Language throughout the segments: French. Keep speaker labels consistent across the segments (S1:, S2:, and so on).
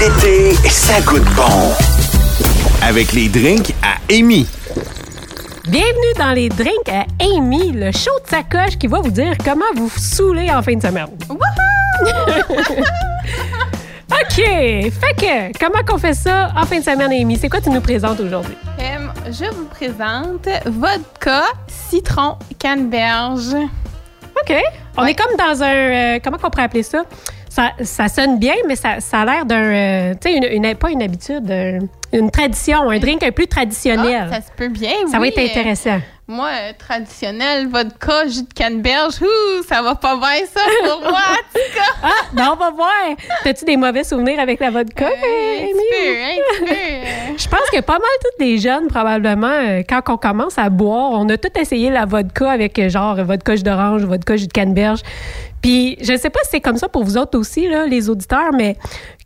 S1: L'été, ça goûte bon. Avec les drinks à Amy.
S2: Bienvenue dans les drinks à Amy, le show de sacoche qui va vous dire comment vous vous saouler en fin de semaine. OK! Fait que, comment qu'on fait ça en fin de semaine, Amy? C'est quoi tu nous présentes aujourd'hui?
S3: Euh, je vous présente vodka, citron, canneberge.
S2: OK. On est comme dans un... euh, comment qu'on pourrait appeler ça? Ça, ça sonne bien, mais ça, ça a l'air d'un... euh, tu sais, une, une- pas une habitude, un- une tradition, un drink un plus
S3: Ah,
S2: traditionnel.
S3: ça
S2: ça
S3: se peut bien.
S2: va
S3: oui.
S2: être intéressant.
S3: Euh, moi, euh, traditionnel, vodka, jus de canneberge, ouh, ça va pas bien ça pour moi, en tout cas.
S2: Ah, ben on va voir. T'as-tu des mauvais souvenirs avec la vodka,
S3: Euh, un
S2: Amy?
S3: petit peu, un petit peu. euh.
S2: Je pense que pas mal toutes les jeunes, probablement, euh, quand on commence à boire, on a tout essayé la vodka avec euh, genre vodka jus d'orange, vodka jus de canneberge. Puis je sais pas si c'est comme ça pour vous autres aussi, là, les auditeurs, mais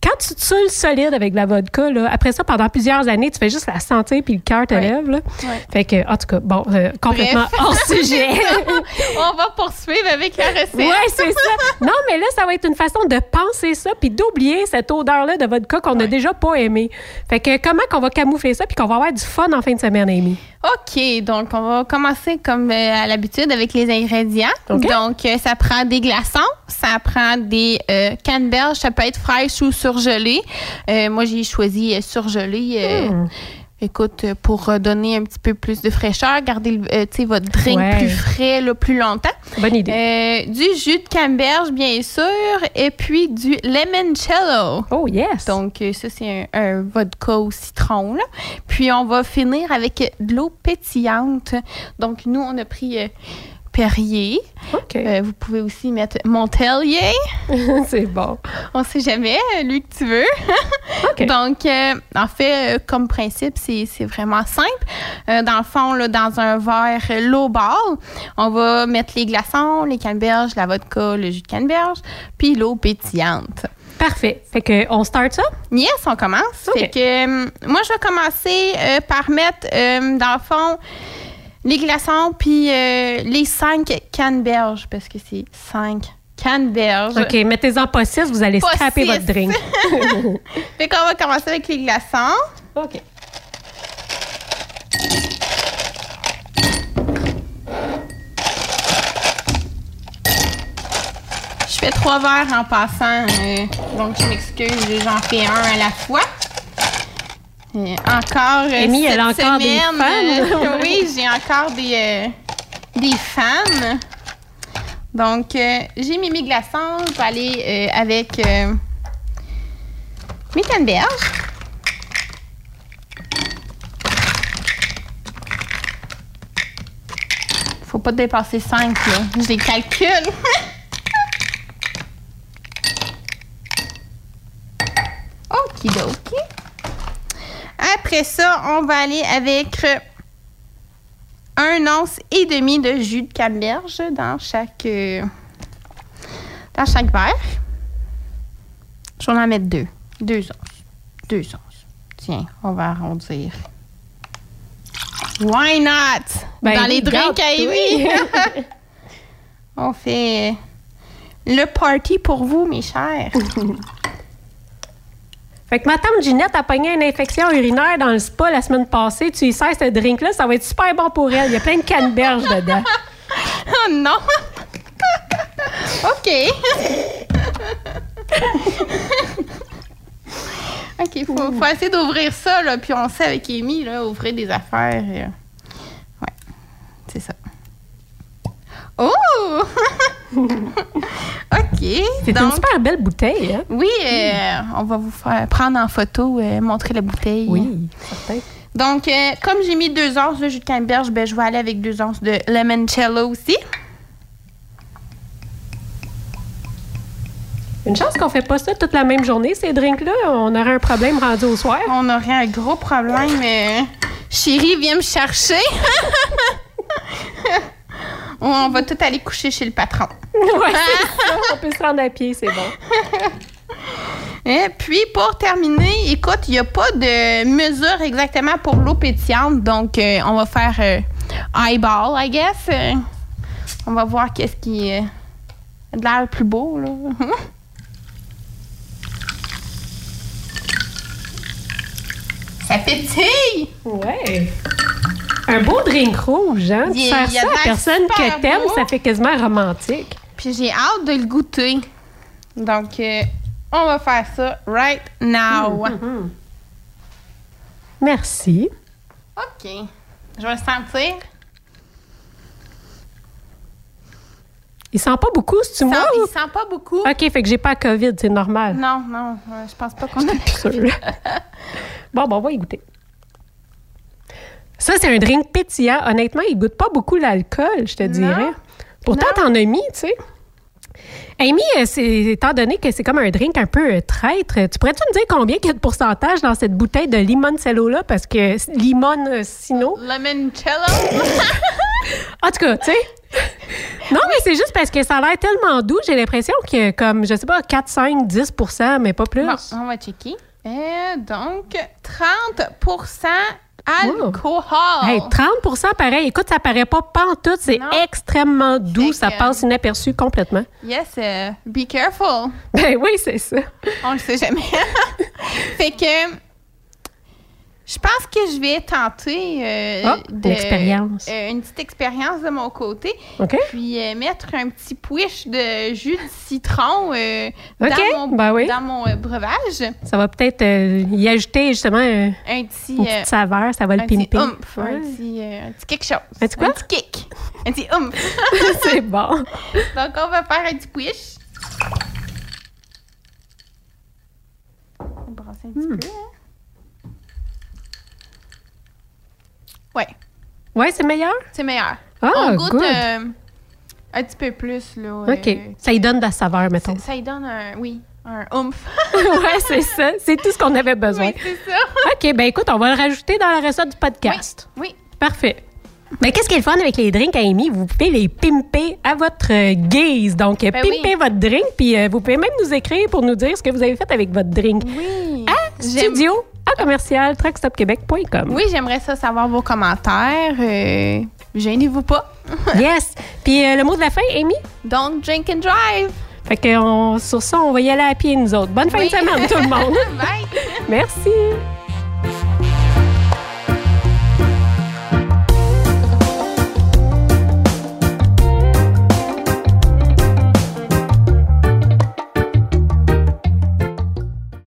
S2: quand tu te saoules solide avec la vodka, là, après ça, pendant plusieurs années, tu fais juste la sentir puis le cœur te
S3: Ouais.
S2: lève. là.
S3: Ouais.
S2: Fait que, en tout cas, bon, euh, complètement
S3: Bref.
S2: hors sujet.
S3: On va poursuivre avec la recette.
S2: Ouais, c'est ça. Non, mais là, ça va être une façon de penser ça puis d'oublier cette odeur-là de vodka qu'on a déjà pas aimée. Fait que comment qu'on va camoufler ça puis qu'on va avoir du fun en fin de semaine, Amy?
S3: OK, donc on va commencer comme euh, à l'habitude avec les ingrédients.
S2: OK.
S3: Donc, euh, ça prend des glaçons, ça prend des euh, canneberges, ça peut être fraîche ou surgelée. Euh, moi, j'ai choisi euh, surgelée. euh,
S2: Hmm.
S3: Écoute, euh, pour euh, donner un petit peu plus de fraîcheur, garder le- euh, tu sais, votre drink
S2: Ouais.
S3: plus frais le plus longtemps.
S2: Bonne idée.
S3: Euh, du jus de canneberge, bien sûr, et puis du limoncello.
S2: oh, yes.
S3: Donc, euh, ça, c'est un, un vodka au citron. Là. Puis, on va finir avec euh, de l'eau pétillante. Donc, nous, on a pris euh, Perrier.
S2: OK.
S3: Euh, vous pouvez aussi mettre Montelier.
S2: c'est bon.
S3: On sait jamais, euh, lui que tu veux.
S2: OK.
S3: Donc, euh, en fait, euh, comme principe, c'est c'est vraiment simple. Euh, dans le fond, là, dans un verre euh, low ball, on va mettre les glaçons, les canneberges, la vodka, le jus de canneberge, puis l'eau pétillante.
S2: Parfait. Fait que on start ça?
S3: Yes, on commence.
S2: OK.
S3: Fait que, euh, moi, je vais commencer euh, par mettre, euh, dans le fond, les glaçons puis euh, les cinq canneberges, parce que c'est cinq canneberges.
S2: OK, mettez-en pas six, vous allez
S3: Pas
S2: scraper
S3: six.
S2: votre drink.
S3: Fait qu'on va commencer avec les glaçons.
S2: OK.
S3: Je fais trois verres en passant, euh, donc je m'excuse, j'en fais un à la fois. Et encore euh,
S2: Amy,
S3: cette
S2: elle a encore des
S3: semaine,
S2: fans.
S3: euh, oui, j'ai encore des, euh, des fans. Donc, euh, j'ai mis mes glaçons. Je vais aller euh, avec euh, mes canneberges. Faut pas dépasser 5, là. Je les calcule. Okidoki. Après ça, on va aller avec euh, un once et demi de jus de canneberge dans chaque, euh, dans chaque verre. Je vais en mettre deux. Deux onces. Deux onces. Tiens, on va arrondir. Why not?
S2: Ben
S3: dans
S2: oui,
S3: les drinks à
S2: garde-toi.
S3: Amy. on fait euh, le party pour vous, mes chers.
S2: Fait que ma tante Ginette a pogné une infection urinaire dans le spa la semaine passée. Tu y sers ce drink-là, ça va être super bon pour elle. Il y a plein de canneberges dedans.
S3: Oh non! OK. OK, faut, faut essayer d'ouvrir ça, là. Puis on sait avec Amy, là, ouvrir des affaires. euh, Ouais, c'est ça. Oh! OK.
S2: C'est une
S3: Donc,
S2: super belle bouteille, hein?
S3: oui, euh, on va vous faire prendre en photo, euh, montrer la bouteille.
S2: certain.
S3: Donc, euh, comme j'ai mis deux onces de jus de canneberge, ben, je vais aller avec deux onces de limoncello aussi.
S2: Une chance qu'on fait pas ça toute la même journée, ces drinks-là. On aurait un problème rendu au soir.
S3: On aurait un gros problème. euh, Chérie, viens me chercher. On va tout aller coucher chez le patron.
S2: Ouais, c'est ça. On peut se rendre à pied, c'est bon.
S3: Et puis, pour terminer, écoute, il n'y a pas de mesure exactement pour l'eau pétillante. Donc, euh, on va faire euh, eyeball, I guess. Euh, on va voir qu'est-ce qui euh, a de l'air le plus beau. Là. Ça pétille!
S2: Ouais. Un beau drink rouge, hein?
S3: Il-
S2: Tu sers
S3: il y a
S2: ça à
S3: de l'air
S2: personne
S3: super
S2: que t'aimes,
S3: beau.
S2: ça fait quasiment romantique.
S3: Puis j'ai hâte de le goûter. Donc, euh, on va faire ça right now.
S2: Merci.
S3: OK. Je vais le sentir.
S2: Il sent pas beaucoup, si tu
S3: Il
S2: moi?
S3: sent-
S2: ou-
S3: il sent pas beaucoup.
S2: OK, fait que j'ai pas la COVID, c'est normal.
S3: Non, non, euh, je pense pas qu'on a.
S2: Sûr. bon, bon, on va y goûter. Ça, c'est un drink pétillant. Honnêtement, il goûte pas beaucoup l'alcool, je te dirais. Pourtant, t'en as mis, tu sais. Amy, euh, c'est- étant donné que c'est comme un drink un peu euh, traître, euh, tu pourrais-tu me dire combien il y a de pourcentage dans cette bouteille de limoncello-là? Parce que euh, limoncino...
S3: Limoncello.
S2: En tout cas, tu sais... Non, mais c'est juste parce que ça a l'air tellement doux, j'ai l'impression qu'il y a comme, je sais pas, 4, 5, 10 mais pas plus.
S3: Bon, on va checker. Euh, donc, 30 alcool.
S2: Hey, 30 pareil. Écoute, ça paraît pas pantoute. C'est
S3: Oh. Non.
S2: extrêmement doux.
S3: Fait
S2: Ça
S3: que-
S2: passe inaperçu complètement.
S3: Yes, euh, be careful.
S2: Ben oui, c'est ça.
S3: On le sait jamais. fait que je pense que je vais tenter euh,
S2: Oh, une expérience.
S3: euh, une petite expérience de mon côté.
S2: OK?
S3: Puis euh, mettre un petit push de jus de citron euh,
S2: OK,
S3: dans mon,
S2: ben oui.
S3: dans mon euh, breuvage.
S2: Ça va peut-être euh, y ajouter justement euh,
S3: Un petit,
S2: une
S3: euh,
S2: petite saveur. Ça va le
S3: un petit
S2: pimper.
S3: oomph,
S2: Ouais.
S3: un, petit, euh, un petit quelque chose.
S2: Un petit quoi?
S3: kick. Un petit oomph.
S2: c'est bon.
S3: Donc, on va faire un petit push. On va brasser un petit
S2: Hmm.
S3: peu. hein. Ouais,
S2: Ouais, c'est meilleur?
S3: c'est meilleur.
S2: Ah,
S3: on goûte
S2: good.
S3: euh, un petit peu plus. Là, euh,
S2: OK. Ça y donne de la saveur,
S3: ça,
S2: mettons.
S3: ça y donne un, oui, un oomph.
S2: ouais, c'est ça. C'est tout ce qu'on avait besoin.
S3: oui, c'est ça.
S2: OK, ben écoute, on va le rajouter dans la recette du podcast.
S3: Oui,
S2: Parfait. Ben, qu'est-ce qui est le fun avec les drinks à Amy? Vous pouvez les pimper à votre euh, guise. Donc, euh,
S3: Ben
S2: pimpez votre drink, puis euh, vous pouvez même nous écrire pour nous dire ce que vous avez fait avec votre drink.
S3: oui.
S2: À
S3: J'aime-
S2: studio, à commercial, truckstopquebec.com.
S3: Oui, j'aimerais ça savoir vos commentaires. Euh, Gênez-vous pas.
S2: Yes. Puis euh, le mot de la fin, Amy?
S3: Don't drink and drive.
S2: Fait que on- sur ça, on va y aller à pied, nous autres. Bonne fin
S3: Oui.
S2: de semaine, tout le monde.
S3: Bye.
S2: Merci.